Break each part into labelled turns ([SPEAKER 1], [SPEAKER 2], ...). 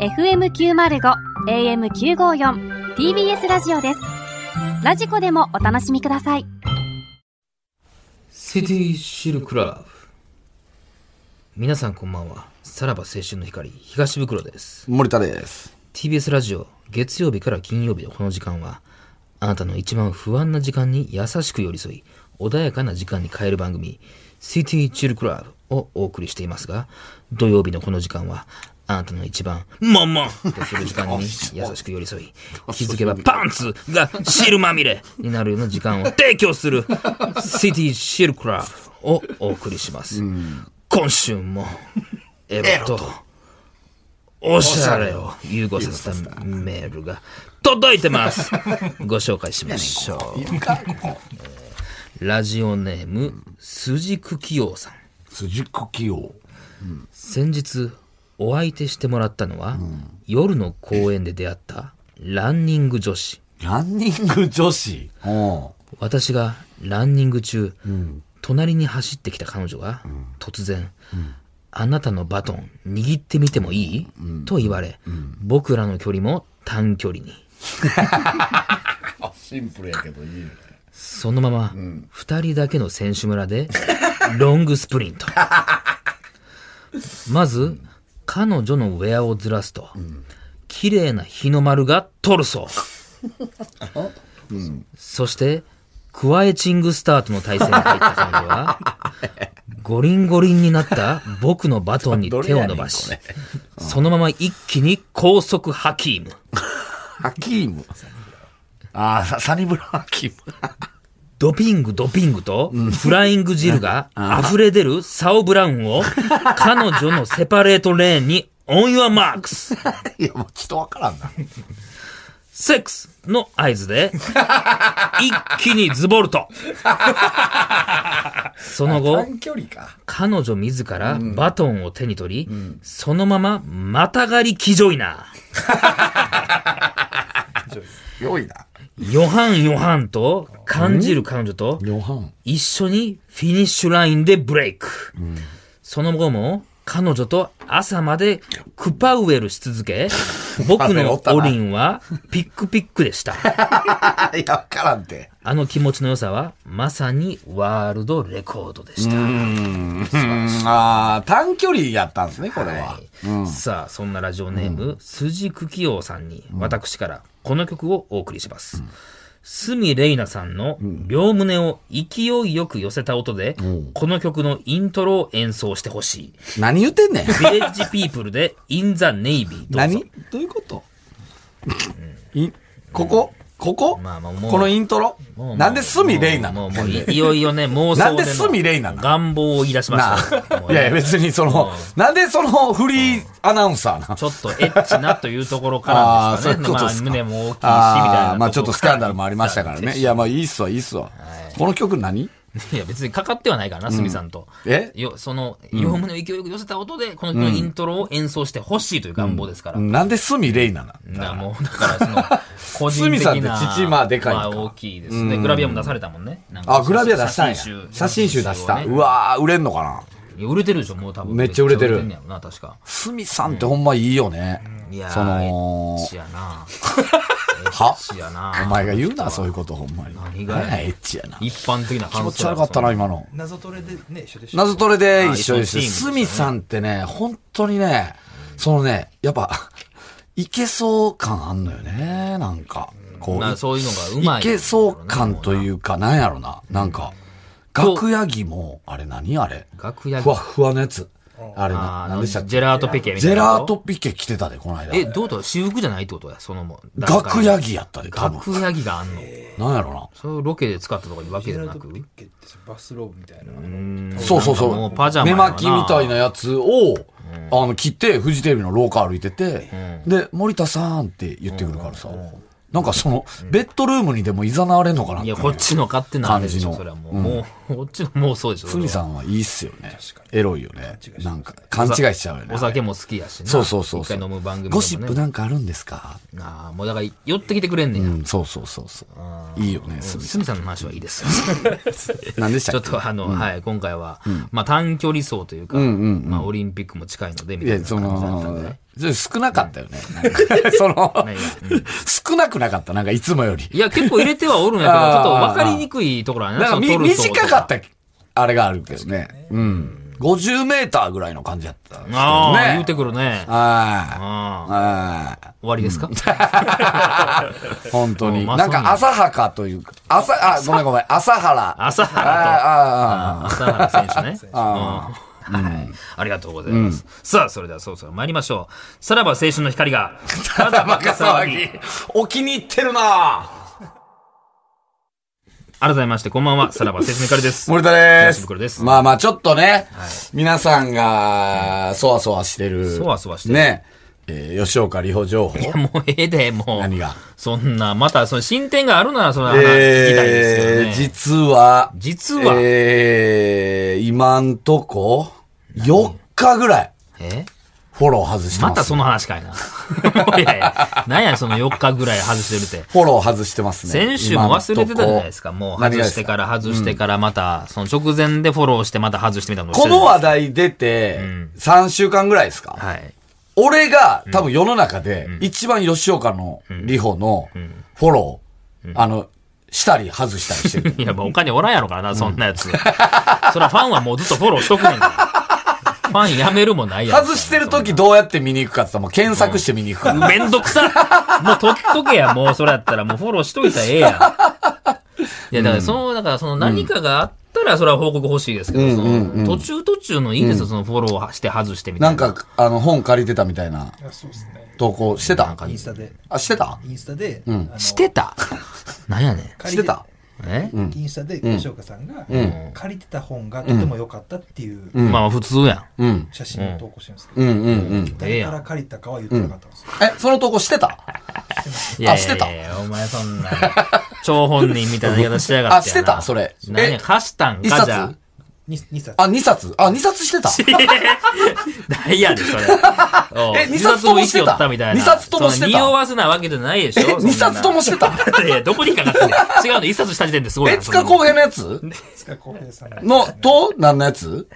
[SPEAKER 1] FM905 AM954 TBS ラジオですラジコでもお楽しみください
[SPEAKER 2] シティシルクラブ皆さんこんばんはさらば青春の光東袋です
[SPEAKER 3] 森田です。
[SPEAKER 2] TBS ラジオ月曜日から金曜日のこの時間はあなたの一番不安な時間に優しく寄り添い穏やかな時間に変える番組「シティチルクラブ」をお送りしていますが土曜日のこの時間はあなたの一番「まんまん!」とする時間 に優しく寄り添 い気づけばパンツが汁まみれになるような時間を提供する「シティシルクラブ」をお送りします。今週もエロとおしゃれを融合させたメールが届いて ます。ご紹介しましょう。ラジオネーム、筋くきようさん。
[SPEAKER 3] 筋くきを。
[SPEAKER 2] 先日、お相手してもらったのは、夜の公園で出会ったランニング女子。
[SPEAKER 3] ランニング女子。うん。
[SPEAKER 2] 私がランニング中、隣に走ってきた彼女が、突然、あなたのバトン握ってみてもいい、と言われ、僕らの距離も短距離に。
[SPEAKER 3] シンプルやけどいいね。
[SPEAKER 2] そのまま、二人だけの選手村で、ロングスプリント。まず、彼女のウェアをずらすと、綺麗な日の丸がトルソー。そして、クワエチングスタートの対戦に入った彼女は、ゴリンゴリンになった僕のバトンに手を伸ばし、そのまま一気に高速ハキーム。
[SPEAKER 3] ハキーム。ああ、ササニブラハキーム。
[SPEAKER 2] ドピングドピングと、フライング汁が溢れ出るサオブラウンを、彼女のセパレートレーンに、オンユアマークス、
[SPEAKER 3] いや、もうちょっとわから んな。
[SPEAKER 2] セックスの合図で、一気にズボルト。その後、
[SPEAKER 3] 距離か。
[SPEAKER 2] 彼女自らバトンを手に取り、そのまま、またがりキジョイナー。
[SPEAKER 3] 良いな。
[SPEAKER 2] ヨハンヨハンと感じる彼女と、
[SPEAKER 3] ヨハン。
[SPEAKER 2] 一緒にフィニッシュラインでブレイク。その後も、彼女と朝までクパウエルし続 け、僕のオリンはピックピックでした。
[SPEAKER 3] あいや、わからんて。
[SPEAKER 2] あの気持ちの良さは、まさにワールドレコードでした。
[SPEAKER 3] うん、ああ、短距離やったんですね、これは。
[SPEAKER 2] さあ、そんなラジオネーム、筋くきようさんに、私からこの曲をお送りします。鷲見玲奈さんの両胸を勢いよく寄せた音で、この曲のイントロを演奏してほしい。
[SPEAKER 3] 何言ってん ねん。
[SPEAKER 2] ビレッジピープルで In the Navy どうぞ
[SPEAKER 3] 何どういうこといここここ
[SPEAKER 2] まあまあもう
[SPEAKER 3] このイントロ
[SPEAKER 2] もうもう
[SPEAKER 3] なんでスミレイな
[SPEAKER 2] もう
[SPEAKER 3] の
[SPEAKER 2] もうもういよいよね、妄想
[SPEAKER 3] なんで鷲見玲奈なの
[SPEAKER 2] 願望を言い出しま
[SPEAKER 3] な
[SPEAKER 2] した。もう
[SPEAKER 3] あ。い
[SPEAKER 2] ね
[SPEAKER 3] やいや、別にその、なんでそのフリーアナウンサーなの
[SPEAKER 2] ちょっとエッチなというところからですかね。
[SPEAKER 3] あーそういうこと
[SPEAKER 2] ま
[SPEAKER 3] で
[SPEAKER 2] あ、
[SPEAKER 3] すか
[SPEAKER 2] 胸も大きいし、みたい
[SPEAKER 3] あ
[SPEAKER 2] な。
[SPEAKER 3] あ、まあちょっとスキャンダルもありましたからね。いや、まあいいっすわ、いいっすわ。この曲何
[SPEAKER 2] いや、別にかかってはないからな、鷲見さんと。
[SPEAKER 3] え
[SPEAKER 2] よ、その、両胸を勢いよく寄せた音で、この曲のイントロを演奏してほしいという願望ですから。
[SPEAKER 3] なんでスミレイなの
[SPEAKER 2] だからもう、だからその、個人
[SPEAKER 3] 鷲見
[SPEAKER 2] 的
[SPEAKER 3] さんって
[SPEAKER 2] な。
[SPEAKER 3] 父まあでかいの
[SPEAKER 2] ま
[SPEAKER 3] か
[SPEAKER 2] あ大きいですね。グラビアも出されたもんね。なんか
[SPEAKER 3] あ、グラビア出したんや
[SPEAKER 2] 写真集。
[SPEAKER 3] 写真集出した。
[SPEAKER 2] をね
[SPEAKER 3] うわー売れんのかない
[SPEAKER 2] や売れてるでしょ、もう多分。
[SPEAKER 3] めっちゃ売れてる
[SPEAKER 2] めっちゃんねやろな、確か。
[SPEAKER 3] スミさんってほんまいいよね。
[SPEAKER 2] いやー、
[SPEAKER 3] その
[SPEAKER 2] エッチやな。
[SPEAKER 3] は
[SPEAKER 2] エッチやな。
[SPEAKER 3] お前が言うな、そういうことほんまに。
[SPEAKER 2] 何がや
[SPEAKER 3] 何やエッチやな。
[SPEAKER 2] 一般的な
[SPEAKER 3] 気
[SPEAKER 2] 感想。
[SPEAKER 3] 持ち悪かったな、今の。
[SPEAKER 4] 謎トレでね、一緒でしょ。
[SPEAKER 3] 謎トレで一緒で
[SPEAKER 2] あ
[SPEAKER 3] す。
[SPEAKER 2] 一緒のチームですよ
[SPEAKER 3] ス
[SPEAKER 2] ね
[SPEAKER 3] ミさんってね、本当にね、そのね、やっぱ、 いけそう感あんのよね、なんか。こ
[SPEAKER 2] まあ、
[SPEAKER 3] う、
[SPEAKER 2] そういうのがう
[SPEAKER 3] い
[SPEAKER 2] まい。
[SPEAKER 3] けそう感というか、なんやろな、なんか。
[SPEAKER 2] そう
[SPEAKER 3] 楽屋着も、あれ何あれ。
[SPEAKER 2] 楽屋着
[SPEAKER 3] ふわっふわのやつ。あれ
[SPEAKER 2] あ
[SPEAKER 3] な、
[SPEAKER 2] ー
[SPEAKER 3] なんでしたっ
[SPEAKER 2] ジ
[SPEAKER 3] け
[SPEAKER 2] ェラートペケみ
[SPEAKER 3] ジ
[SPEAKER 2] たい
[SPEAKER 3] ェ
[SPEAKER 2] な
[SPEAKER 3] ラー
[SPEAKER 2] こと。
[SPEAKER 3] トピケ着てたで、この間。
[SPEAKER 2] え、どうだろう私服じゃないってことや、そのもん。
[SPEAKER 3] 楽屋着やったで、多分。
[SPEAKER 2] 楽屋着があんの。
[SPEAKER 3] なんやろな。
[SPEAKER 2] それをロケで使ったとかいうわけじゃなく。
[SPEAKER 4] ピッケってバスローブみたいな。
[SPEAKER 3] そうそ
[SPEAKER 2] な
[SPEAKER 3] う
[SPEAKER 2] んかも
[SPEAKER 3] そう
[SPEAKER 2] パジャ
[SPEAKER 3] う。
[SPEAKER 2] マ
[SPEAKER 3] 寝
[SPEAKER 2] やな
[SPEAKER 3] 巻きみたいなやつを、あの、切って、フジテレビの廊下歩いてて、で、森田さんって言ってくるからさ、なんかその、ベッドルームにでも誘われんのかなっ
[SPEAKER 2] い
[SPEAKER 3] てい
[SPEAKER 2] や、
[SPEAKER 3] う。
[SPEAKER 2] こっちの勝手なあれでし
[SPEAKER 3] 感じ
[SPEAKER 2] ょ、
[SPEAKER 3] の
[SPEAKER 2] それはもう。もう、こっちのもうそうでしょ。
[SPEAKER 3] ふみさんはいいっすよね。エロいよね。なんか、勘違いしちゃうよね。
[SPEAKER 2] お酒も好きやしな。
[SPEAKER 3] そうそうそう
[SPEAKER 2] 一
[SPEAKER 3] そう。
[SPEAKER 2] 回飲む番組でもね
[SPEAKER 3] ゴシップなんかあるんですか
[SPEAKER 2] ああ、もうだから、寄ってきてくれんねや。
[SPEAKER 3] うん、そうそうそうそう。いいよね、すみさ
[SPEAKER 2] すみさんの話はいいですよ。
[SPEAKER 3] ん。 何でし
[SPEAKER 2] ち
[SPEAKER 3] た
[SPEAKER 2] ょ
[SPEAKER 3] っ
[SPEAKER 2] っ
[SPEAKER 3] け
[SPEAKER 2] とあの、はい、今回は、まあ短距離走というか、まあオリンピックも近いので、み
[SPEAKER 3] い
[SPEAKER 2] たい
[SPEAKER 3] や、
[SPEAKER 2] な
[SPEAKER 3] そ
[SPEAKER 2] 感じだったんで
[SPEAKER 3] の
[SPEAKER 2] ね。、
[SPEAKER 3] で少なかったよね。なんか その、少なくなかった。なんかいつもより。
[SPEAKER 2] いや、結構入れてはおるん やけど、ちょっと分かりにくいところはね。
[SPEAKER 3] なんかみ
[SPEAKER 2] そのトルソーと
[SPEAKER 3] 短かった、あれがあるけどね。うん。50メーターぐらいの感じだったんですけどね。
[SPEAKER 2] ああ、言うてくるね。
[SPEAKER 3] はい。
[SPEAKER 2] ああ
[SPEAKER 3] はい。
[SPEAKER 2] 終わりですか、
[SPEAKER 3] 本当に。
[SPEAKER 2] まあ
[SPEAKER 3] なん
[SPEAKER 2] そうな
[SPEAKER 3] か、
[SPEAKER 2] ん
[SPEAKER 3] 浅はかというか、朝、あ、ごめんごめん、朝 原。
[SPEAKER 2] 朝
[SPEAKER 3] あ
[SPEAKER 2] 原と
[SPEAKER 3] あ、ああ、
[SPEAKER 2] 朝原選手ね。
[SPEAKER 3] ああ。
[SPEAKER 2] はい。ありがとうございます。さあ、それではそろそろ参りましょう。さらば青春の光が、ただバ カ騒ぎ。
[SPEAKER 3] お気に入ってるな
[SPEAKER 2] 改めまして、こんばんは。さらば青春の光です。
[SPEAKER 3] 森田で
[SPEAKER 2] 東
[SPEAKER 3] す
[SPEAKER 2] 袋です
[SPEAKER 3] まあまあ、ちょっとね、皆さんが、そわそわしてる。
[SPEAKER 2] そわそわしてる
[SPEAKER 3] ね。えー吉岡里帆情報。
[SPEAKER 2] いや、 もうええで、もう。
[SPEAKER 3] 何が
[SPEAKER 2] そんな、また、その進展があるなら、その話聞きたいですけどね。
[SPEAKER 3] えー、実は、
[SPEAKER 2] 実は、え
[SPEAKER 3] えー、今んとこ、4日ぐらい、フォロー外してま
[SPEAKER 2] ま
[SPEAKER 3] す。
[SPEAKER 2] たその話かいな。いやいや、なんや、その4日ぐらい外して るって。
[SPEAKER 3] フォロー外してますね。
[SPEAKER 2] 先週も忘れてたじゃないですか。もう
[SPEAKER 3] 何
[SPEAKER 2] 外
[SPEAKER 3] がで
[SPEAKER 2] し
[SPEAKER 3] す
[SPEAKER 2] てから外してからまた、その直前でフォローしてまた外してみたの
[SPEAKER 3] この話題出て、3週間ぐらいですか、
[SPEAKER 2] はい。
[SPEAKER 3] 俺が多分世の中で一番吉岡のリホのフォロー、あの、したり外したりしてる。
[SPEAKER 2] いや、もうお金おらんやろからな、そんなやつ。そらファンはもうずっとフォローしとくねん から。ファンやめるも ないやん
[SPEAKER 3] 外してる時どうやって見に行くかって言ったらもう検索して見に行くから。
[SPEAKER 2] めんどくさもう取っとけや、もうそれやったら、もうフォローしといたらええやん。いや、だからその、だからその何かがあったら、それは報告欲しいですけど、その途中途中のいいですよ、そのフォローはして外してみた
[SPEAKER 3] ないん
[SPEAKER 2] な。
[SPEAKER 3] か、あの、本借りてたみたいな
[SPEAKER 4] あそうですね。
[SPEAKER 3] 投稿してた
[SPEAKER 4] インスタで、
[SPEAKER 3] あ、してた
[SPEAKER 4] インスタで、あの
[SPEAKER 2] してたなんやねん。
[SPEAKER 3] してた
[SPEAKER 2] え
[SPEAKER 4] インスタで吉岡さんが、借りてた本がとても良かったっていう
[SPEAKER 2] まあまあ普通やん。
[SPEAKER 3] うん。
[SPEAKER 4] 写真を投稿してるんですけ
[SPEAKER 3] う
[SPEAKER 4] ど、
[SPEAKER 3] んうんうん。
[SPEAKER 2] ええ
[SPEAKER 4] 誰
[SPEAKER 2] や
[SPEAKER 4] か
[SPEAKER 2] ん。
[SPEAKER 4] ら借りたかは言ってなかったんですよ。
[SPEAKER 3] え、その投稿してた
[SPEAKER 2] いやいやいや
[SPEAKER 3] してた
[SPEAKER 2] お前そんな、張本人みたいな言い方しやがってやな。
[SPEAKER 3] あしてたそれ
[SPEAKER 2] 何
[SPEAKER 3] え
[SPEAKER 2] 貸したん
[SPEAKER 3] 一
[SPEAKER 2] か
[SPEAKER 3] 冊
[SPEAKER 2] じゃあ。
[SPEAKER 4] に2冊。
[SPEAKER 3] あ、二冊あ、二 冊してた
[SPEAKER 2] 何やで、そ れ。
[SPEAKER 3] え二冊ともし
[SPEAKER 2] おう二冊を息
[SPEAKER 3] てた
[SPEAKER 2] 寄ったみたいな。
[SPEAKER 3] 二冊ともしてた
[SPEAKER 2] その匂わせなわけじゃないでしょ
[SPEAKER 3] え、
[SPEAKER 2] そんな
[SPEAKER 3] 二冊ともして た
[SPEAKER 2] いやいやどこにかかってんねん違うの、一冊した時点ですごい
[SPEAKER 3] え、
[SPEAKER 2] な。
[SPEAKER 3] 塚
[SPEAKER 2] そんな
[SPEAKER 3] 公平のやつ
[SPEAKER 4] 塚浩平さんの
[SPEAKER 3] の、と、何のやつ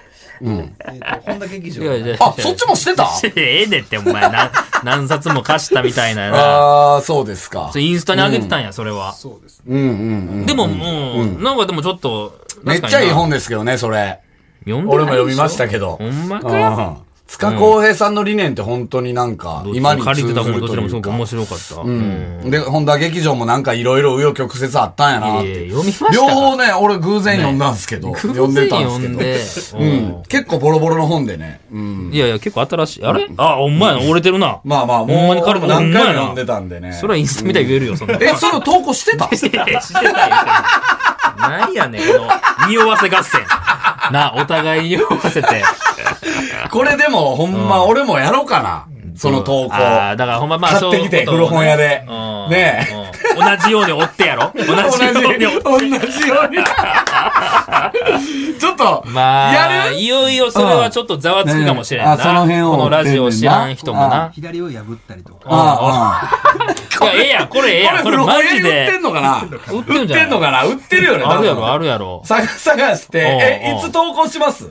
[SPEAKER 4] えっと、本田劇場
[SPEAKER 2] いやいや
[SPEAKER 4] の。
[SPEAKER 3] あ、そっちもしてた
[SPEAKER 2] いや ええでって、お前。何何冊も貸したみたいなな。
[SPEAKER 3] あー、そうですか
[SPEAKER 2] そ。れインスタに上げてたんや、それは。
[SPEAKER 4] そうですね。
[SPEAKER 3] うんうんうん。
[SPEAKER 2] でも、もう、なんかでもちょっと、
[SPEAKER 3] めっちゃいい
[SPEAKER 2] 確
[SPEAKER 3] 本ですけどね、それ。
[SPEAKER 2] かにな。
[SPEAKER 3] 俺も読みましたたけど
[SPEAKER 2] ほ。んまかよ。
[SPEAKER 3] うん塚公平さんの理念って本当になんか、今に
[SPEAKER 2] 借
[SPEAKER 3] 通
[SPEAKER 2] りて
[SPEAKER 3] ずる
[SPEAKER 2] た
[SPEAKER 3] と
[SPEAKER 2] 本どちらもす
[SPEAKER 3] い
[SPEAKER 2] ご
[SPEAKER 3] う
[SPEAKER 2] く
[SPEAKER 3] か。
[SPEAKER 2] 面白かった。
[SPEAKER 3] うんで、本田劇場もなんかいろいろ紆余曲折あったんやなっ
[SPEAKER 2] いやい
[SPEAKER 3] て。
[SPEAKER 2] や読みました
[SPEAKER 3] 両方ね、俺偶然読んだんですけど、読んでたんですけど。
[SPEAKER 2] ど。
[SPEAKER 3] うん。結構ボロボロの本でね。うん。
[SPEAKER 2] いやいや、結構新しい。あれあ、お前折れてるな。
[SPEAKER 3] まあまあ、
[SPEAKER 2] ほん
[SPEAKER 3] も
[SPEAKER 2] ま
[SPEAKER 3] う
[SPEAKER 2] に
[SPEAKER 3] 俺
[SPEAKER 2] 彼も
[SPEAKER 3] も何
[SPEAKER 2] ほんまや
[SPEAKER 3] 回も
[SPEAKER 2] な
[SPEAKER 3] 読んでたんでね。
[SPEAKER 2] それはインスタみたいに言えるよ、そんな。
[SPEAKER 3] え、それを投稿してた
[SPEAKER 2] してない、してない。何やねん、この、匂わせ合 戦。な、お互いに匂わせて。
[SPEAKER 3] これでも、ほんま、俺もやろうかな。その投稿。
[SPEAKER 2] ああ、だからほんま、まあ、
[SPEAKER 3] 買ってきて、古本屋で。ねえ。
[SPEAKER 2] え。同じように追ってやろ同じように追って。
[SPEAKER 3] 同じように。ちょっと、
[SPEAKER 2] まあ、
[SPEAKER 3] やる
[SPEAKER 2] いよいよそれはちょっとざわつくかもしれんな。
[SPEAKER 3] ねえあその辺を
[SPEAKER 2] このラジオを知らん人もな。
[SPEAKER 4] 左を破ったりとか。
[SPEAKER 3] あ
[SPEAKER 2] い
[SPEAKER 3] あ、
[SPEAKER 2] や、ええやん、これええやん、これマジ
[SPEAKER 3] 売って
[SPEAKER 2] で
[SPEAKER 3] ん。のかな
[SPEAKER 2] 売って
[SPEAKER 3] 売
[SPEAKER 2] ん
[SPEAKER 3] っ
[SPEAKER 2] じゃな
[SPEAKER 3] て
[SPEAKER 2] い
[SPEAKER 3] んのかな売ってるよね。
[SPEAKER 2] あるやろ、あ
[SPEAKER 3] る。
[SPEAKER 2] るやろ。
[SPEAKER 3] 探探して、
[SPEAKER 2] うん
[SPEAKER 3] え、
[SPEAKER 2] う
[SPEAKER 3] い
[SPEAKER 2] ん
[SPEAKER 3] つ投稿します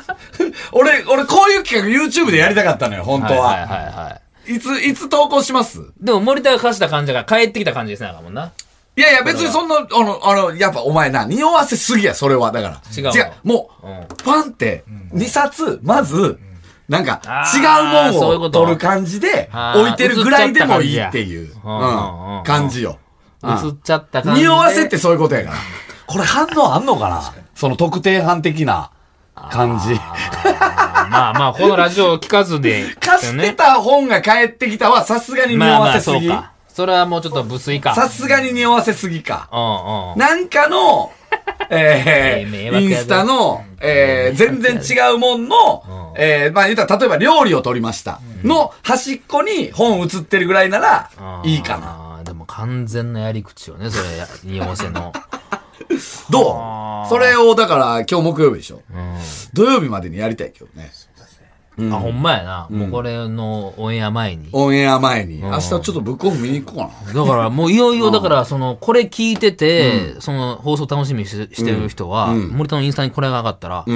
[SPEAKER 3] 俺、俺、こういう企画 YouTube でやりたかったのよ、本当
[SPEAKER 2] はい
[SPEAKER 3] は。
[SPEAKER 2] はいはいはい。
[SPEAKER 3] いつ、いつ投稿します
[SPEAKER 2] でも森田が貸した感じが帰ってきた感じですね、なんかもんな。
[SPEAKER 3] いやいや、別にそんな、あの、あの、やっぱお前な、匂わせすぎや、それは。だから。
[SPEAKER 2] 違うわ
[SPEAKER 3] もう、
[SPEAKER 2] うん
[SPEAKER 3] ファンって、2冊、まず、なんか
[SPEAKER 2] あ、
[SPEAKER 3] 違
[SPEAKER 2] ー
[SPEAKER 3] う
[SPEAKER 2] そういう
[SPEAKER 3] も
[SPEAKER 2] こ
[SPEAKER 3] んを
[SPEAKER 2] と
[SPEAKER 3] 取る感じで、
[SPEAKER 2] あー
[SPEAKER 3] 置いてるぐらいでもいいってい
[SPEAKER 2] 映っ
[SPEAKER 3] う、う
[SPEAKER 2] ち
[SPEAKER 3] ん
[SPEAKER 2] ゃった感じやうんうんうん
[SPEAKER 3] 感じよ。
[SPEAKER 2] 映っちゃった感じで。
[SPEAKER 3] 匂わせってそういうこと やから。これ反応あんのかなその特定班的な感じ。
[SPEAKER 2] あー。まあまあ、このラジオを聞かずで。
[SPEAKER 3] 貸してた本が返ってきたは、さすがに匂
[SPEAKER 2] まあま
[SPEAKER 3] わ
[SPEAKER 2] あ、
[SPEAKER 3] せす
[SPEAKER 2] そう
[SPEAKER 3] ぎ。
[SPEAKER 2] か。それはもうちょっと無粋か。
[SPEAKER 3] さすがに匂わせすぎか。
[SPEAKER 2] うんうん。
[SPEAKER 3] なん かの、え
[SPEAKER 2] え迷
[SPEAKER 3] ー、
[SPEAKER 2] 惑
[SPEAKER 3] イ
[SPEAKER 2] やぞ
[SPEAKER 3] ンスタの、えー、全然違うもんの、えー、まあ言ったら、例えば料理を撮りました。の端っこに本映ってるぐらいなら、いいかな。
[SPEAKER 2] な。でも完全なやり口よね、それ、匂わせの。
[SPEAKER 3] ど
[SPEAKER 2] あー
[SPEAKER 3] うそれを、だから、今日木曜日でしょ。
[SPEAKER 2] うん
[SPEAKER 3] 土曜日までにやりたいけどね。
[SPEAKER 2] あ、ほんまやな。もうこれのオンエア前に。
[SPEAKER 3] オンエア前に。明日ちょっとブックオフ見に行こうかな。
[SPEAKER 2] だからもうい よいよ、だからその、これ聞いてて、その放送楽しみにししてる人は、森田のインスタにこれが上がったら、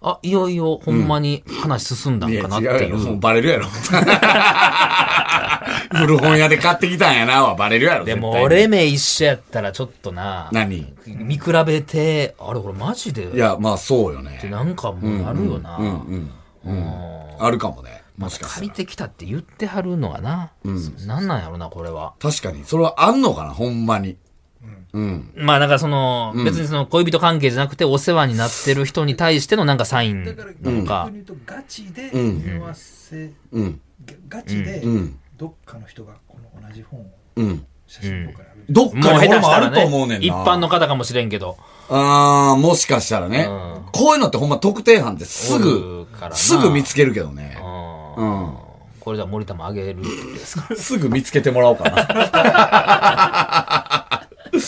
[SPEAKER 2] あ、いよいよほんまに話進んだんかなっていう。
[SPEAKER 3] もうバレ るやろ。古本屋で買ってきたんやなはバレるやろ。
[SPEAKER 2] でも
[SPEAKER 3] 絶対に
[SPEAKER 2] 俺目一緒やったらちょっとな、
[SPEAKER 3] 何
[SPEAKER 2] 見比べて、あれこれマジで
[SPEAKER 3] いや、まあそうよ
[SPEAKER 2] って
[SPEAKER 3] ね。
[SPEAKER 2] なんかもうあるよな。
[SPEAKER 3] うんうん。うん。あるかもね。もしかした
[SPEAKER 2] 借
[SPEAKER 3] ら
[SPEAKER 2] りてきたって言ってはるのがな、なんなんやろな、これは。
[SPEAKER 3] 確かに。それはあんのかな、ほんまに。うん。
[SPEAKER 2] まあなんかその、別にその恋人関係じゃなくてお世話になってる人に対してのなんかサインな
[SPEAKER 4] だから逆
[SPEAKER 2] の
[SPEAKER 4] に
[SPEAKER 2] か。
[SPEAKER 4] 言うとガチで
[SPEAKER 3] ん
[SPEAKER 4] 言わせ、
[SPEAKER 3] うん。
[SPEAKER 4] ガチで
[SPEAKER 3] うん
[SPEAKER 4] どっかの人がこの同じ本を
[SPEAKER 3] うん。
[SPEAKER 4] 写真とかから見て
[SPEAKER 3] どっかに
[SPEAKER 2] もう下手
[SPEAKER 3] 俺も
[SPEAKER 2] した
[SPEAKER 3] あ
[SPEAKER 2] ら
[SPEAKER 3] ると思う
[SPEAKER 2] ね
[SPEAKER 3] ねん、
[SPEAKER 2] 一
[SPEAKER 3] な。
[SPEAKER 2] 般の方かもしれんけど。
[SPEAKER 3] あー、もしかしたらね。こういうのってほんま特定班ってす
[SPEAKER 2] おる
[SPEAKER 3] ぐ
[SPEAKER 2] から、な
[SPEAKER 3] すぐ見つけるけどね。
[SPEAKER 2] うん
[SPEAKER 3] うん。
[SPEAKER 2] これじゃ森田もあげるってことですか
[SPEAKER 3] すぐ見つけてもらおうか な。いいで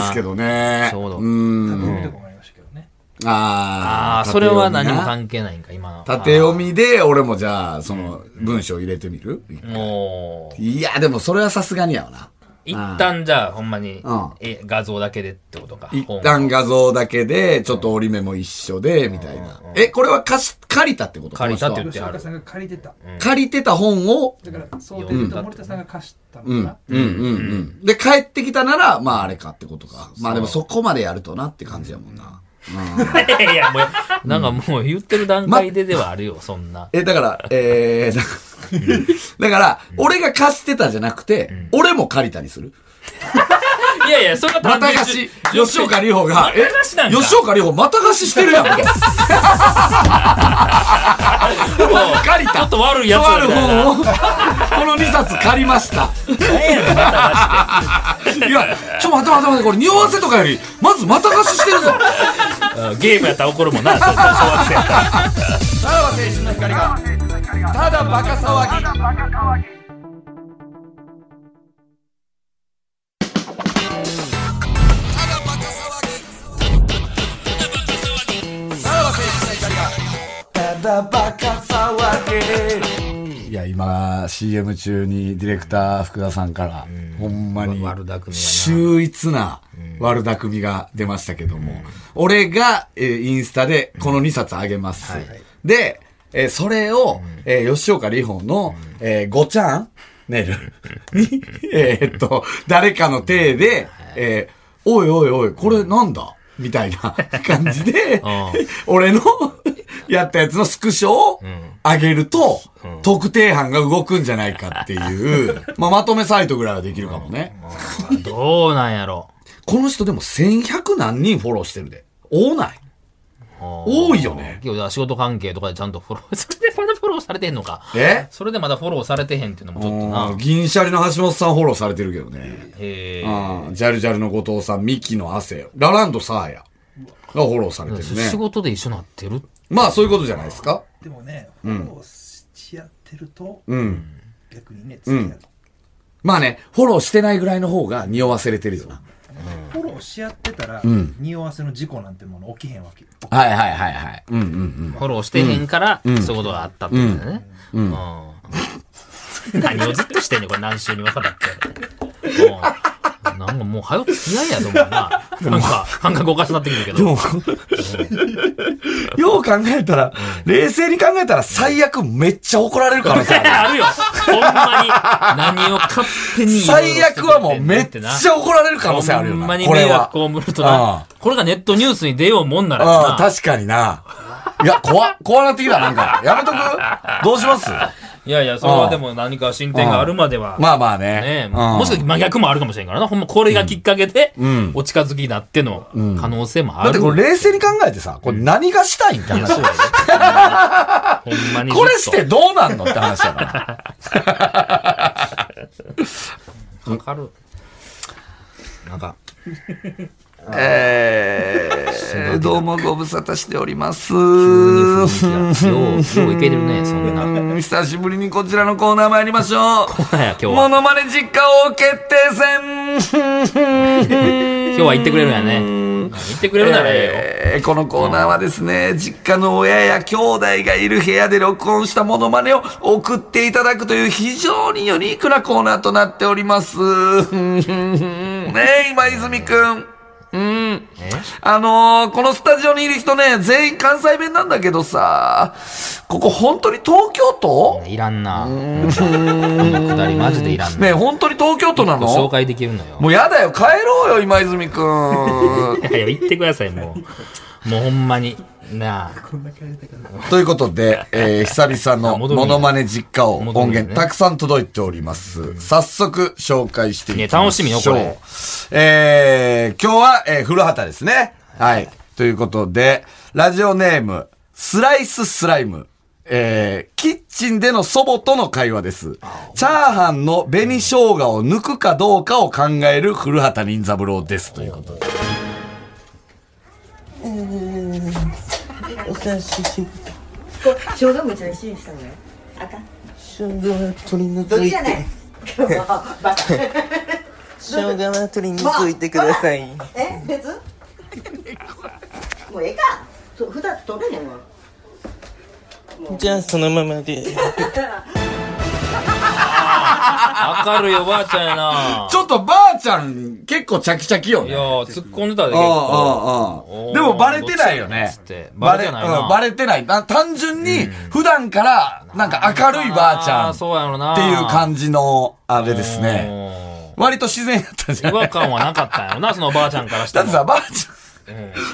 [SPEAKER 3] すけ。どね。
[SPEAKER 2] ちょうど
[SPEAKER 4] 縦
[SPEAKER 3] ん。
[SPEAKER 4] 読みとかもありましたけどね、
[SPEAKER 3] あ
[SPEAKER 2] あ
[SPEAKER 3] ー
[SPEAKER 2] あ、それは
[SPEAKER 3] 縦読み
[SPEAKER 2] 何
[SPEAKER 3] な
[SPEAKER 2] も関係ないんか、今の。
[SPEAKER 3] 縦読みで、俺もじゃあ、その、文章入れてみる、
[SPEAKER 2] あー。もう、
[SPEAKER 3] いや、でもそれはさすがにやわな。
[SPEAKER 2] 一旦じゃあほんまに
[SPEAKER 3] うん、
[SPEAKER 2] え、画像だけでってことか。
[SPEAKER 3] 一
[SPEAKER 2] 本
[SPEAKER 3] 旦画像だけで、ちょっと折り目も一緒で、みたいな。え、これは貸し、借りたってこと
[SPEAKER 2] 借りたって
[SPEAKER 3] この人は
[SPEAKER 2] 言ってある
[SPEAKER 4] 吉岡さんが借りてた、
[SPEAKER 3] 借りてた本を、
[SPEAKER 4] だから想定で言うと森田さんが貸したのか
[SPEAKER 3] うん、
[SPEAKER 4] な、
[SPEAKER 3] うん、うん、うん。で、帰ってきたなら、まああれかってことか。まあでもそこまでやるとなって感じやもんな。
[SPEAKER 2] いやいや、もう、なんかもう言ってる段階でではあるよ、そんな。
[SPEAKER 3] え、だから、えー、 だだから、俺が貸してたじゃなくて、俺も借りたりする。
[SPEAKER 2] いやいや、それは
[SPEAKER 3] また
[SPEAKER 2] 単
[SPEAKER 3] 貸
[SPEAKER 2] 純
[SPEAKER 3] し、吉岡里帆が、え
[SPEAKER 2] 貸しなん、か
[SPEAKER 3] 吉岡里帆また貸ししてるやんけ。
[SPEAKER 2] もう
[SPEAKER 3] 借りた
[SPEAKER 2] ちょっと悪いやつ
[SPEAKER 3] とある
[SPEAKER 2] みたいな
[SPEAKER 3] 本を、この2冊借りました。
[SPEAKER 2] 何やねんまた
[SPEAKER 3] いや、ちょ、待って待って待って、これ匂わせとかより、まずまた貸ししてるぞ。
[SPEAKER 2] うんゲームやったら怒るもんな、そう そう小学生やったら
[SPEAKER 3] さらば青春の光が、ただバカ騒ぎ。いや、今、CM 中にディレクター福田さんから、ほんまに
[SPEAKER 2] わ悪巧みやな、
[SPEAKER 3] 秀逸な悪巧みが出ましたけども、俺が、えーインスタでこの2冊あげます。で、えーそれを、えー吉岡里帆の、えー、ごちゃんねるに、えーっと、誰かの体で、えーおいおいおい、これなんだみたいな感じで、俺の やったやつのスクショを上げると、特定班が動くんじゃないかっていう、まあ、まとめサイトぐらいはできるかもね。
[SPEAKER 2] どうなんやろ。
[SPEAKER 3] この人でも1100何人フォローしてるで。多ない多いよね。
[SPEAKER 2] 今日仕事関係とかでちゃんとフォロー、それでまだフォローされてんのか。
[SPEAKER 3] え
[SPEAKER 2] それでまだフォローされてへんっていうのもちょっと
[SPEAKER 3] うん
[SPEAKER 2] な。
[SPEAKER 3] 銀シャリの橋本さんフォローされてるけどね。
[SPEAKER 2] へえ。
[SPEAKER 3] うんジャルジャルの後藤さん、ミキの汗、ラランドサーヤがフォローされてる
[SPEAKER 2] 仕
[SPEAKER 3] ね。
[SPEAKER 2] 事で一緒になってる
[SPEAKER 3] まあそういうことじゃないですか。
[SPEAKER 4] でもねフォローし合ってると、
[SPEAKER 3] うん。
[SPEAKER 4] 逆にね付き合う、
[SPEAKER 3] まあね、フォローしてないぐらいの方が匂わせれてるよな。
[SPEAKER 4] フォローし合ってたら、匂わせの事故なんてもの起きへんわけ
[SPEAKER 3] はいはいはいはい。うんうんうん。
[SPEAKER 2] フォローしてへんから、そういうことがあったってことだよね。うん。何をずっとしてんねん、 これ何週にわたって。うんなんかもう、はよ付き合いやと思うな。なんか、感覚おかしなってくるけど。
[SPEAKER 3] よう考えたら、冷静に考えたら最悪めっちゃ怒られるからさ。
[SPEAKER 2] あるよ。ほんまに。何を勝手に。
[SPEAKER 3] 最悪はもうめっちゃ怒られる可能性あるよ
[SPEAKER 2] ほん
[SPEAKER 3] な。
[SPEAKER 2] まに
[SPEAKER 3] これ
[SPEAKER 2] 迷
[SPEAKER 3] は。
[SPEAKER 2] 惑をむると
[SPEAKER 3] あ
[SPEAKER 2] な。これがネットニュースに出ようもんなら
[SPEAKER 3] あ
[SPEAKER 2] な。
[SPEAKER 3] あ、確かにな。いや、怖っ、怖なってきた、なんか。やめとくどうします
[SPEAKER 2] いやいや、それはでも何か進展があるまでは。
[SPEAKER 3] まあまあ
[SPEAKER 2] ね
[SPEAKER 3] ね。うん
[SPEAKER 2] もしかして真逆もあるかもしれんからな。ほんまこれがきっかけで
[SPEAKER 3] ん、
[SPEAKER 2] お近づきになっての可能性もある。
[SPEAKER 3] だってこれ冷静に考えてさ、これ何がしたいんって
[SPEAKER 2] いや、
[SPEAKER 3] 話
[SPEAKER 2] そう。やでほんまに。
[SPEAKER 3] これして。どうなんのって話だから。
[SPEAKER 2] かかる。なんか、
[SPEAKER 3] えー、どうもご無沙汰しております。
[SPEAKER 2] 雰囲気がよう、よういけてるね、そんな。
[SPEAKER 3] うん久しぶりにこちらのコーナー参りましょう。
[SPEAKER 2] ーナーや今日は
[SPEAKER 3] モノマネ実家王決定戦。
[SPEAKER 2] 今日は言ってくれるんやね。言ってくれるならえ
[SPEAKER 3] えーこのコーナーはですね、実家の親や兄弟がいる部屋で録音したモノマネを送っていただくという非常にユニークなコーナーとなっております。ねえ、今泉くん。うん。
[SPEAKER 2] えよ。
[SPEAKER 3] あのーこのスタジオにいる人ね、全員関西弁なんだけどさ、ここ本当に東京都
[SPEAKER 2] いらんな。このくだりマジでいらんな。
[SPEAKER 3] ねえ本当に東京都な
[SPEAKER 2] ご紹
[SPEAKER 3] の
[SPEAKER 2] 介できるのよ。
[SPEAKER 3] もうやだよ、帰ろうよ、今泉くん。
[SPEAKER 2] いやいや、言ってください、もう。もうほんまに。なあ。
[SPEAKER 3] ということ で、えー、久々の
[SPEAKER 2] あ戻るんや
[SPEAKER 3] モノマネ実家を
[SPEAKER 2] 戻るんや
[SPEAKER 3] 音源
[SPEAKER 2] ね
[SPEAKER 3] たくさん届いております。早速紹介していきましょう。
[SPEAKER 2] ね楽しみよこれ。
[SPEAKER 3] えー、今日は、えー、古畑ですね。はい。ということで、ラジオネーム、スライススライム。えー、キッチンでの祖母との会話です。チャーハンの紅生姜を抜くかどうかを考える古畑任三郎です。ということで。
[SPEAKER 5] お察しし、
[SPEAKER 6] こう小動物の一緒にしたのよ。あかん。
[SPEAKER 5] 生姜は取り
[SPEAKER 6] どっ
[SPEAKER 5] 除
[SPEAKER 6] ち
[SPEAKER 5] い
[SPEAKER 6] じゃない
[SPEAKER 5] て、。
[SPEAKER 6] 今日はバカ。
[SPEAKER 5] 生姜は取り除いてください。
[SPEAKER 6] え、別。もうええか。そ二つ取るねんもん。
[SPEAKER 5] じゃあそのままで。
[SPEAKER 2] 明るいおばあちゃんやな。
[SPEAKER 3] ちょっとばあちゃん、結構チャキチャキよ
[SPEAKER 2] い
[SPEAKER 3] ね
[SPEAKER 2] や。ー、突っ込んでたで結構
[SPEAKER 3] ああああでもバレてないよね
[SPEAKER 2] どっちやねんっつって。バレてない
[SPEAKER 3] うん
[SPEAKER 2] な。
[SPEAKER 3] バレてない。な単純に、普段から、なんか明るいばあちゃん
[SPEAKER 2] ー
[SPEAKER 3] っ
[SPEAKER 2] そうやろな。
[SPEAKER 3] ていう感じの、あれですね。
[SPEAKER 2] ね。
[SPEAKER 3] 割と自然やったんじゃ
[SPEAKER 2] 違
[SPEAKER 3] な
[SPEAKER 2] 和
[SPEAKER 3] い
[SPEAKER 2] 感はなかったんや ろな、そのおばあちゃんからして
[SPEAKER 3] だっ
[SPEAKER 2] も。
[SPEAKER 3] てさ、ばあちゃん、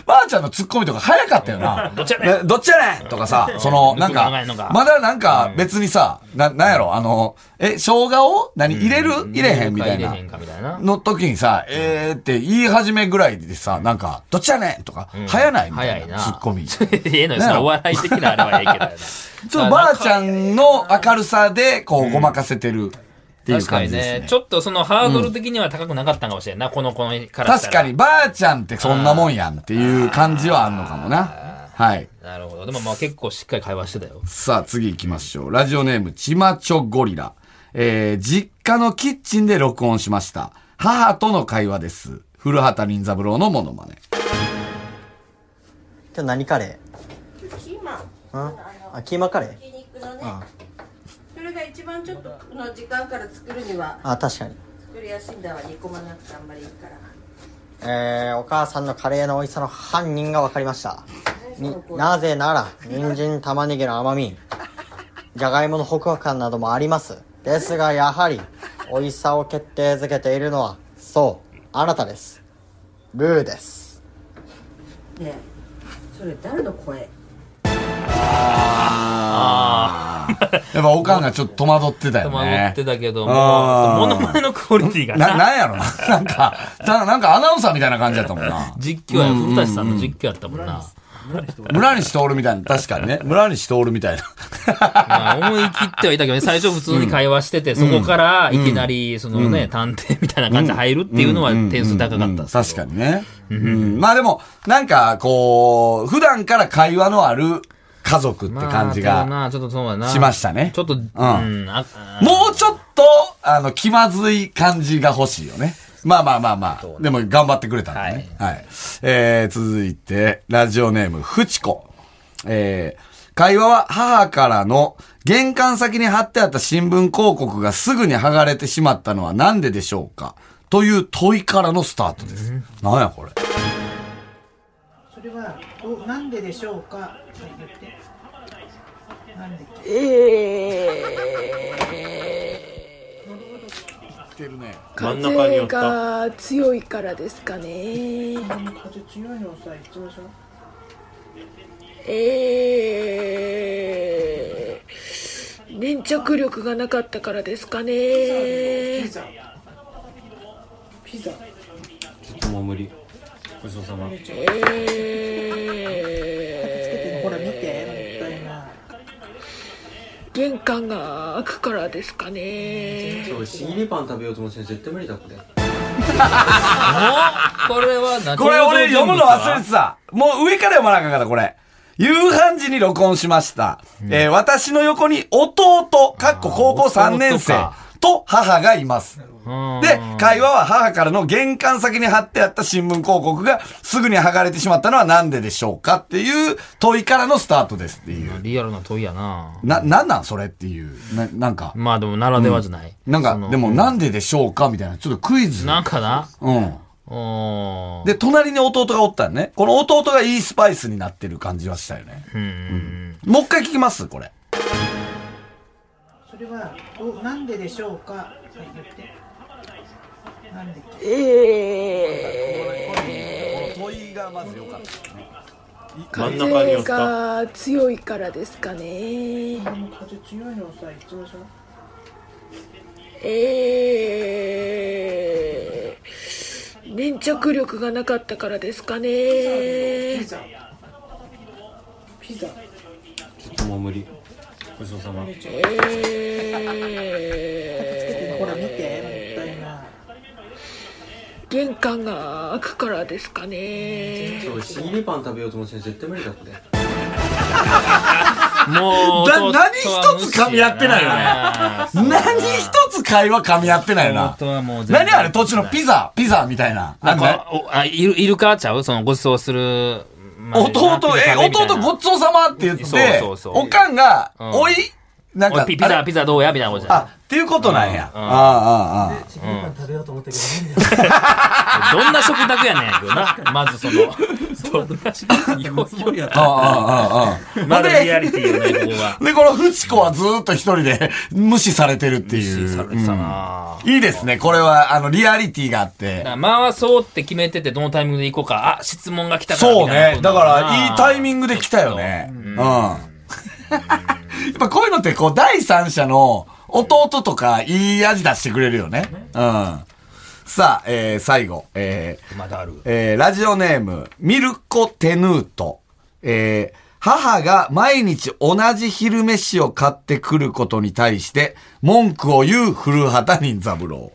[SPEAKER 3] ばあちゃんのツッコミとか早かったよな。
[SPEAKER 2] どっちやねん
[SPEAKER 3] ねどっちやねんとかさ、その、
[SPEAKER 2] うん
[SPEAKER 3] なん
[SPEAKER 2] 抜く
[SPEAKER 3] か
[SPEAKER 2] の長いのが、
[SPEAKER 3] まだなんか別にさ、な、なんやろ、あの、え、生姜を何入れる入れへんみたいな
[SPEAKER 2] 入れ。へんかみたいな。
[SPEAKER 3] の時にさ、えーって言い始めぐらいでさ、なんか、どっちやねんとか、早ないみた
[SPEAKER 2] 早い
[SPEAKER 3] いな、
[SPEAKER 2] な。
[SPEAKER 3] ツッコ ミ。ちょっ
[SPEAKER 2] ええのよ、それお笑い的なあれはええ けどやな。ち
[SPEAKER 3] とばあちゃんの明るさで、こう、ごまかせてるっていう
[SPEAKER 2] 確か
[SPEAKER 3] 感
[SPEAKER 2] に
[SPEAKER 3] じです
[SPEAKER 2] ね、
[SPEAKER 3] ね
[SPEAKER 2] ち。ょっとそのハードル的には高くなかったんかもしれんな、この子からした
[SPEAKER 3] 確
[SPEAKER 2] ら。
[SPEAKER 3] かに、ばあちゃんってそんなもんやんっていう感じはあんのかもな。はい。
[SPEAKER 2] なるほど。でもまあ結構しっかり会話してたよ。
[SPEAKER 3] さあ、次行きましょう。ラジオネーム、ちまちょゴリラ。えー、実家のキッチンで録音しました。母との会話です。古畑任三郎のモノマネ。
[SPEAKER 5] 今日何カレ
[SPEAKER 7] キーマン
[SPEAKER 5] ーんあ、キーマカレー
[SPEAKER 7] ひき肉のねそれが一番ちょっとこの時間から作るには
[SPEAKER 5] あ、確かに。
[SPEAKER 7] 作りやすいんだわ煮込まなくてあんまりいいから
[SPEAKER 5] えー、お母さんのカレーの美味しさの犯人が分かりました。になぜなら、人参、玉ねぎの甘み、じゃがいものホクホク感などもあります。ですが、やはり、美味しさを決定づけているのは、そう、あなたです。ルーです。
[SPEAKER 7] ねえそれ誰の声
[SPEAKER 3] やっぱ、おかんがちょっと戸惑ってたよね。
[SPEAKER 2] 戸惑ってたけども、
[SPEAKER 3] あー
[SPEAKER 2] モノマネのクオリティが
[SPEAKER 3] な、
[SPEAKER 2] な。
[SPEAKER 3] なんやろな。なんか、ななんかアナウンサーみたいな感じだったもんな。
[SPEAKER 2] 実況や、古舘さんの実況やったもんな。
[SPEAKER 3] 村西徹みたいな、確かにね。村西徹みたいな。
[SPEAKER 2] まあ思い切ってはいたけどね、最初普通に会話してて、そこからいきなり、そのね、探偵みたいな感じで入るっていうのは点数高かったですけど
[SPEAKER 3] 確かにね。うんまあでも、なんか、こう、普段から会話のある家族って感じ
[SPEAKER 2] まあただ
[SPEAKER 3] が、
[SPEAKER 2] なちょっとそうやな。
[SPEAKER 3] しましたね
[SPEAKER 2] ちょっと、うんん、ああ
[SPEAKER 3] もうちょっと、あの、気まずい感じが欲しいよね。まあまあまあまあ。でも、頑張ってくれたんだね。はい。えー、続いて、ラジオネーム、ふちこ。えー、会話は母からの玄関先に貼ってあった新聞広告がすぐに剥がれてしまったのはなんででしょうかという問いからのスタートです。なんやこれ。
[SPEAKER 8] それはおなんででしょうか言ってなんで
[SPEAKER 9] 風が強いからですかね。
[SPEAKER 8] 風強いのさいつもさ
[SPEAKER 9] えー、粘着力がなかったからですかね。
[SPEAKER 8] ピザ
[SPEAKER 9] え
[SPEAKER 8] ほら見てもったいない
[SPEAKER 9] ー、玄関が開くからですかね。
[SPEAKER 2] これはな、
[SPEAKER 3] これ俺読むの忘れ
[SPEAKER 2] て
[SPEAKER 3] てた。もう上から読まなあかんかった、これ。夕飯時に録音しました。えー私の横に弟、かっこ高校3年生
[SPEAKER 2] 弟か
[SPEAKER 3] と母がいます。
[SPEAKER 2] た
[SPEAKER 3] で、会話は母からの玄関先に貼ってあった新聞広告がすぐに剥がれてしまったのはなんででしょうかっていう問いからのスタートですっていう。
[SPEAKER 2] リアルな問いやな。
[SPEAKER 3] な、なんなんそれっていう。な、なんか、
[SPEAKER 2] まあでも、ならではじゃない。
[SPEAKER 3] なん
[SPEAKER 2] その
[SPEAKER 3] か、でもなんででしょうかみたいな、ちょっとクイズ。
[SPEAKER 2] なんかな、
[SPEAKER 3] うん。
[SPEAKER 2] ああ。
[SPEAKER 3] で、隣に弟がおったんね。この弟がいいスパイスになってる感じはしたよね。
[SPEAKER 2] うんうん
[SPEAKER 3] もう一回聞きますこれ。
[SPEAKER 8] それはどうなんででしょうかと言ってなんで
[SPEAKER 9] え
[SPEAKER 3] この問いがまず良かった。
[SPEAKER 9] ー、風が強いからですかね
[SPEAKER 8] あの風強いのさいつもさ
[SPEAKER 9] えー、粘着力がなかったからですかね
[SPEAKER 8] ピザピザ
[SPEAKER 10] ちょっともう無理。ごちそうさま。
[SPEAKER 9] え
[SPEAKER 8] ほら見てもったいない
[SPEAKER 9] ー、玄関が開くからですかね
[SPEAKER 10] 今日、新入パン食べようと思ってたの絶対無理だって。
[SPEAKER 2] もう、
[SPEAKER 3] だ
[SPEAKER 2] 弟は
[SPEAKER 3] 何一つ噛み合ってないよね
[SPEAKER 2] 無視やな。
[SPEAKER 3] 何一つ会話噛み合ってないな
[SPEAKER 2] 弟。はもう全然
[SPEAKER 3] 何あれ途中のピザ、ピザみたいな。
[SPEAKER 2] な
[SPEAKER 3] なんん
[SPEAKER 2] か
[SPEAKER 3] か、、
[SPEAKER 2] おあ、いる、いるかちゃうそのご馳走する。まあ
[SPEAKER 3] 弟、え、弟ごっつおさまって言って
[SPEAKER 2] そうそう、そう
[SPEAKER 3] おかんが、
[SPEAKER 2] うん
[SPEAKER 3] おいなん
[SPEAKER 2] お
[SPEAKER 3] か、
[SPEAKER 2] いピピ
[SPEAKER 3] あ
[SPEAKER 2] ザ、
[SPEAKER 3] れ
[SPEAKER 2] ピザどうやみたいなことじ
[SPEAKER 3] あ
[SPEAKER 2] ゃ、
[SPEAKER 3] っていうことなんや。
[SPEAKER 2] う
[SPEAKER 3] あ
[SPEAKER 2] んう
[SPEAKER 3] あ
[SPEAKER 2] ん、
[SPEAKER 3] ああ、ああ。
[SPEAKER 4] チキンパン食べようと思ったけど無理だ
[SPEAKER 2] ない。どんな食卓やねんやけどな。まずそ の、どんな食卓
[SPEAKER 4] よ。つもりやっ
[SPEAKER 3] あ
[SPEAKER 4] た。
[SPEAKER 3] あ、ああ、あ あ。
[SPEAKER 2] まだリアリティよね、ここは。
[SPEAKER 3] で、このフチコはずーっと一人で無視されてるっていう。
[SPEAKER 2] されてたな
[SPEAKER 3] うんいいですね。これは、あの、リアリティがあっ
[SPEAKER 2] だ
[SPEAKER 3] て
[SPEAKER 2] か。ら回そうって決めてて、どのタイミングで行こうか。あ、質問が来たから
[SPEAKER 3] そうね。だから、いいタイミ
[SPEAKER 2] グ。
[SPEAKER 3] ングで来たよね。うん。 やっぱこういうのって、こう、第三者の弟とか、いい味出してくれるよね。うん。さあ、えー、最後。えー、
[SPEAKER 2] まだある。
[SPEAKER 3] えーラジオネーム、ミルコ・テヌート。えー母が毎日同じ昼飯を買ってくることに対して、文句を言う古畑任三郎。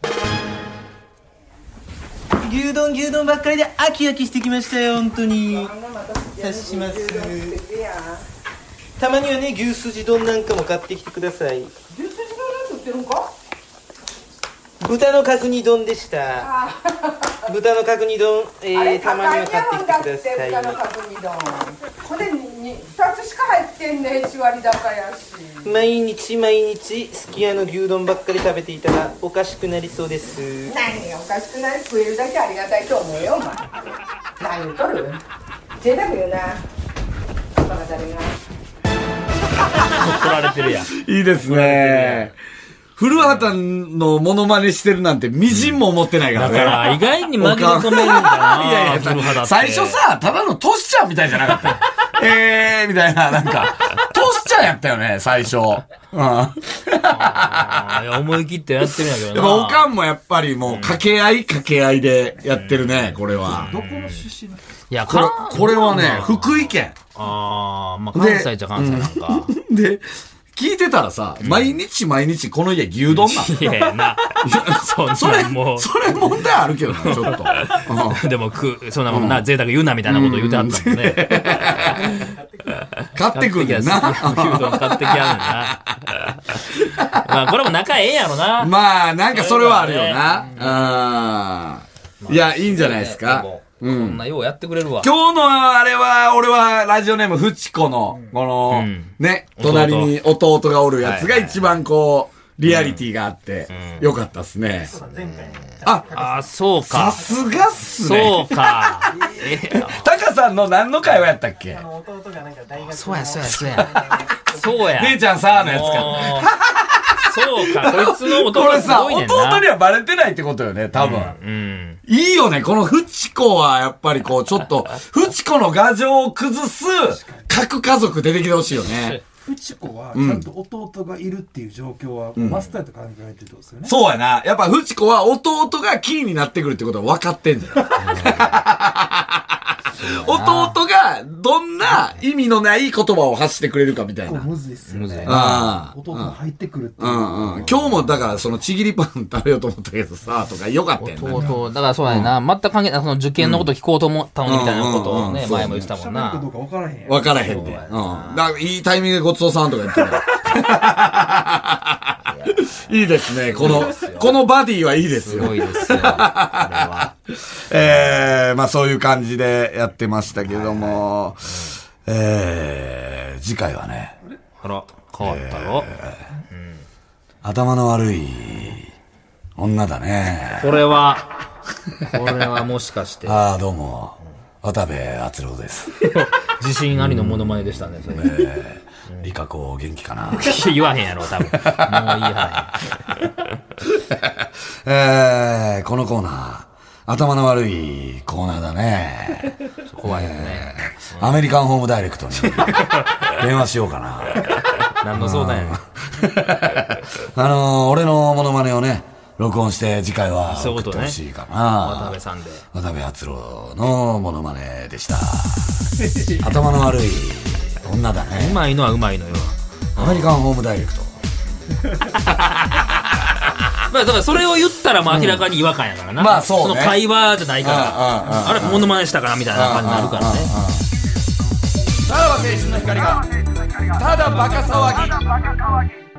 [SPEAKER 8] 牛丼牛丼ばっかりで飽き飽きしてきましたよ本当に察しますたまにはね牛すじ丼なんかも買ってきてください牛すじ丼なんて売ってるんか豚の角煮丼でした豚の角煮丼、えー、たまには買ってきてくださ
[SPEAKER 7] これに2つしか入ってんね1割高やし
[SPEAKER 8] い毎日毎日すき家の牛丼ばっかり食べていたらおかしくなりそうです
[SPEAKER 7] 何がおかしくない食えるだけありがたいと思うよお前何言うとる贅沢よなバカだれが
[SPEAKER 2] 取 られてるやん。
[SPEAKER 3] いいですね。古畑のモノマネしてるなんて、みじんも思ってないから
[SPEAKER 2] だ
[SPEAKER 3] ね。
[SPEAKER 2] から、意外に紛れ込めるんだな。
[SPEAKER 3] いやい
[SPEAKER 2] 古
[SPEAKER 3] や、
[SPEAKER 2] 畑って
[SPEAKER 3] 最初、さ、ただのトシちゃんみたいじゃなかったよ えー、みたいな、なんか、トシちゃんやったよね、最初。うん。
[SPEAKER 2] あーいや思い切ってやってるんやけどな。
[SPEAKER 3] やっぱ、おかんもやっぱりもう、掛け合い掛け合いでやってるね、これは。
[SPEAKER 2] いや、
[SPEAKER 3] これ
[SPEAKER 2] か、
[SPEAKER 3] これはね、福井県。
[SPEAKER 2] あー、まあ、関西じゃ関西なんか。
[SPEAKER 3] で、聞いてたらさ、毎日毎日この家牛丼なの。
[SPEAKER 2] いやいや な。そんな
[SPEAKER 3] それ、
[SPEAKER 2] も
[SPEAKER 3] それ問題あるけどな、ちょっと。うん
[SPEAKER 2] う、でも、く、そんなもんな、贅沢言うなみたいなこと言うてはったもん ね。買
[SPEAKER 3] 買ってくるんだよ
[SPEAKER 2] ってきや
[SPEAKER 3] な。
[SPEAKER 2] 牛丼買ってきやんな。まあ、これも仲ええんやろな。
[SPEAKER 3] まあ、なんかそれはあるよな。うん。いや、いいんじゃないですか。
[SPEAKER 2] でもこんなようやってくれるわ。
[SPEAKER 3] 今日のあれは、俺はラジオネーム、フチコの、この
[SPEAKER 2] うん、
[SPEAKER 3] ね、
[SPEAKER 2] 弟
[SPEAKER 3] 隣に弟がおるやつが
[SPEAKER 2] はいはい
[SPEAKER 3] 一番こう、リアリティがあって、よかったっすね。
[SPEAKER 2] あー、そう
[SPEAKER 3] さ
[SPEAKER 2] か。
[SPEAKER 3] すがっす
[SPEAKER 2] そ
[SPEAKER 3] ね。
[SPEAKER 2] うか。えー
[SPEAKER 3] タカさんの何の会話やったっけ
[SPEAKER 8] 弟がなんか大学
[SPEAKER 2] そうや、そうや、そうや。そうや。
[SPEAKER 3] 姉ちゃんさーのやつか。
[SPEAKER 2] もうそうか、こいつの弟
[SPEAKER 3] これ
[SPEAKER 2] す
[SPEAKER 3] さ、
[SPEAKER 2] ごい
[SPEAKER 3] 弟
[SPEAKER 2] ねんな。
[SPEAKER 3] にはバレてないってことよね、多分。
[SPEAKER 2] うん。
[SPEAKER 3] いいよね、このフチコはやっぱりこう、ちょ っと、フチコの牙城を崩す、各家族出てきてほしいよね。
[SPEAKER 4] フチコはちゃんと弟がいるっていう状況はマスターと考えてるってことですよね。
[SPEAKER 3] そうやな。やっぱフチコは弟がキーになってくるってことは分かってんじゃん。弟がどんな意味のない言葉を発してくれるかみたい
[SPEAKER 4] 結構
[SPEAKER 3] な。
[SPEAKER 4] むずいっすよ
[SPEAKER 2] むずい
[SPEAKER 4] ね。
[SPEAKER 2] な
[SPEAKER 3] ああ
[SPEAKER 4] 弟が入ってくるっていうう。
[SPEAKER 3] んうん。今日もだからそのちぎりパン食べようと思ったけどさ、とかよかったよ
[SPEAKER 2] とう
[SPEAKER 3] ね。
[SPEAKER 2] とう、だからそうやな、全く関係ない、その受験のこと聞こうと思ったのにみたいなことを
[SPEAKER 3] うんうんう
[SPEAKER 2] ね
[SPEAKER 3] ん、
[SPEAKER 2] 前も言ってたもん
[SPEAKER 4] 喋るかどう
[SPEAKER 2] な。
[SPEAKER 4] か分からへんやん。
[SPEAKER 3] 分からへんで。うん。だからいいタイミングでごちそうさんとか言ってた。 いいですね。この、このバディはいいです
[SPEAKER 2] す
[SPEAKER 3] よ
[SPEAKER 2] ご。い ですよ。これは。
[SPEAKER 3] ええまあそういう感じでやってましたけども、ええ次回はね、
[SPEAKER 2] あら、変わったよ。
[SPEAKER 3] 頭の悪い女だね。
[SPEAKER 2] これは、これはもしかして。
[SPEAKER 3] ああ、どうも。渡部篤郎です。
[SPEAKER 2] 自信ありのモノマネでしたね、それ。
[SPEAKER 3] えー、理香子元気かな
[SPEAKER 2] 言わへんやろ、 多分。もう言わ
[SPEAKER 3] えー、このコーナー、頭の悪いコーナーだね。
[SPEAKER 2] 怖いよね
[SPEAKER 3] えーアメリカンホームダイレクトに電話しようかな。
[SPEAKER 2] へん。何の相談やねん。
[SPEAKER 3] あのー俺のモノマネをね、録音して次回は
[SPEAKER 2] そういう
[SPEAKER 3] 送っ
[SPEAKER 2] こと
[SPEAKER 3] て
[SPEAKER 2] ね
[SPEAKER 3] ほしいかな。
[SPEAKER 2] 渡部さんで。
[SPEAKER 3] 渡部篤郎のモノマネ でした。頭の悪い女だ
[SPEAKER 2] う
[SPEAKER 3] ね。
[SPEAKER 2] まいのはうまいのよ。
[SPEAKER 3] アメリカンホームダイレクト。
[SPEAKER 2] まあ、だからそれを言ったら、まあ、明らかに違和感やからな。
[SPEAKER 3] まあそうね
[SPEAKER 2] その会話じゃないから、
[SPEAKER 3] あああああ
[SPEAKER 2] あれ、モノマネしたからみたいな感じになるからね。
[SPEAKER 3] さらば青春の光が、ただバカ騒ぎ。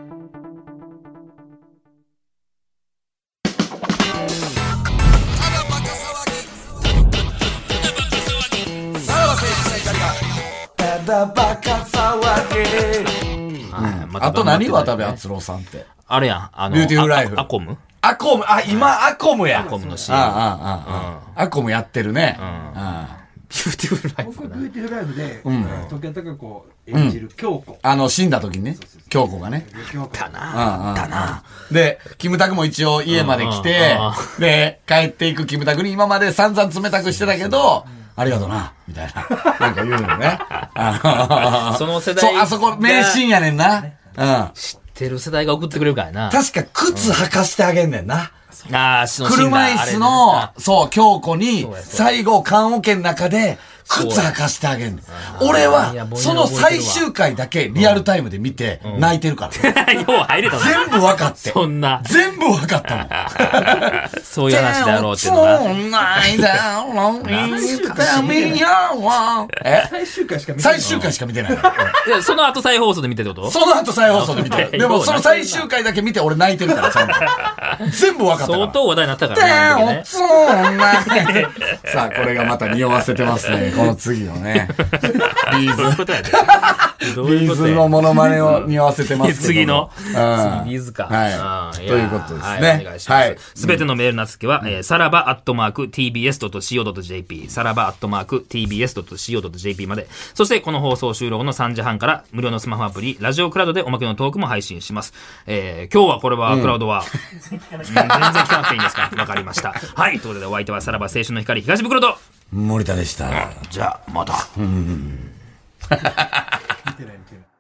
[SPEAKER 3] ただバカ騒ぎ。
[SPEAKER 2] はいまた
[SPEAKER 3] あと何渡部
[SPEAKER 2] あ
[SPEAKER 3] 篤郎さんって。
[SPEAKER 2] あれやん、あの、
[SPEAKER 3] ビューティフルライフ
[SPEAKER 2] ああアコム
[SPEAKER 3] アコム、あ、今、アコムや。
[SPEAKER 2] アコムの CM。
[SPEAKER 3] ああ、ああ、ああ。アコムやってるね。あ
[SPEAKER 2] ビューティフルライフ
[SPEAKER 4] 僕はビューティフルライフで、
[SPEAKER 3] ん
[SPEAKER 4] 時計高子を演じる京子。
[SPEAKER 3] あの、死んだ時にね、京子がね。
[SPEAKER 4] 京子。
[SPEAKER 3] ああだな。で、キムタクも一応家まで来て
[SPEAKER 2] うんうん、
[SPEAKER 3] で、帰っていくキムタクに今まで散々冷たくしてたけど、ありがとうな、みたいな。なんか言うのね。あ
[SPEAKER 2] その世代
[SPEAKER 3] そう、あそこ名シーンやねんな。うん。
[SPEAKER 2] 知 ってる世代が送ってくれるからな。
[SPEAKER 3] 確か靴履かしてあげんねんな。
[SPEAKER 2] ああ、その死んだ
[SPEAKER 3] 車椅子の
[SPEAKER 2] あ、
[SPEAKER 3] そう、京子に
[SPEAKER 2] そうや、そうや
[SPEAKER 3] 最後、棺桶の中で、靴履かしてあげんねん。俺
[SPEAKER 2] いや
[SPEAKER 3] は、
[SPEAKER 2] ぼんやり
[SPEAKER 3] その最終回だけリアルタイムで見て、泣いてるから。
[SPEAKER 2] れなよう入れたな
[SPEAKER 3] 全部分かって。
[SPEAKER 2] そんな、
[SPEAKER 3] 全部分かったもん。
[SPEAKER 2] そういう話であろうっていうのが。
[SPEAKER 3] ないだろう、え
[SPEAKER 4] 最終回しか見てない
[SPEAKER 3] 最。終回しか見てない。
[SPEAKER 2] いやその後再放送で見てってこと
[SPEAKER 3] その後再放送で見て る。でもその最終回だけ見て俺泣いてるから、ちゃんと。全部分かった
[SPEAKER 2] 相
[SPEAKER 3] から。
[SPEAKER 2] 当話題になったか
[SPEAKER 3] て
[SPEAKER 2] らねあの時ね。
[SPEAKER 3] さあ、これがまた匂わせてますね。この次のね。ビー
[SPEAKER 2] どういう
[SPEAKER 3] ズ。
[SPEAKER 2] ことやねんどうい
[SPEAKER 3] ビ
[SPEAKER 2] う
[SPEAKER 3] ー
[SPEAKER 2] こと
[SPEAKER 3] ズ
[SPEAKER 2] や
[SPEAKER 3] のモノマネを匂わせてますけども。
[SPEAKER 2] 次の、
[SPEAKER 3] うん
[SPEAKER 2] 次ビーズか。
[SPEAKER 3] はい。
[SPEAKER 2] ん
[SPEAKER 3] ということです
[SPEAKER 2] やはい、
[SPEAKER 3] ね
[SPEAKER 2] お願いし。ま
[SPEAKER 3] はい。
[SPEAKER 2] す。すべてのメールの付けは、えーさらばアットマーク tbs.co.jp、さらばアットマーク tbs.co.jp まで、そしてこの放送終了後の3時半から、無料のスマホアプリ、ラジオクラウドでおまけのトークも配信します。えー今日はこれは、クラウド は、うん全然聞かなくていいんですかわかりました。はい、ということでお相手は、さらば青春の光東袋と、
[SPEAKER 3] 森田でした。
[SPEAKER 2] じゃあ、また。
[SPEAKER 4] 見てない見てない。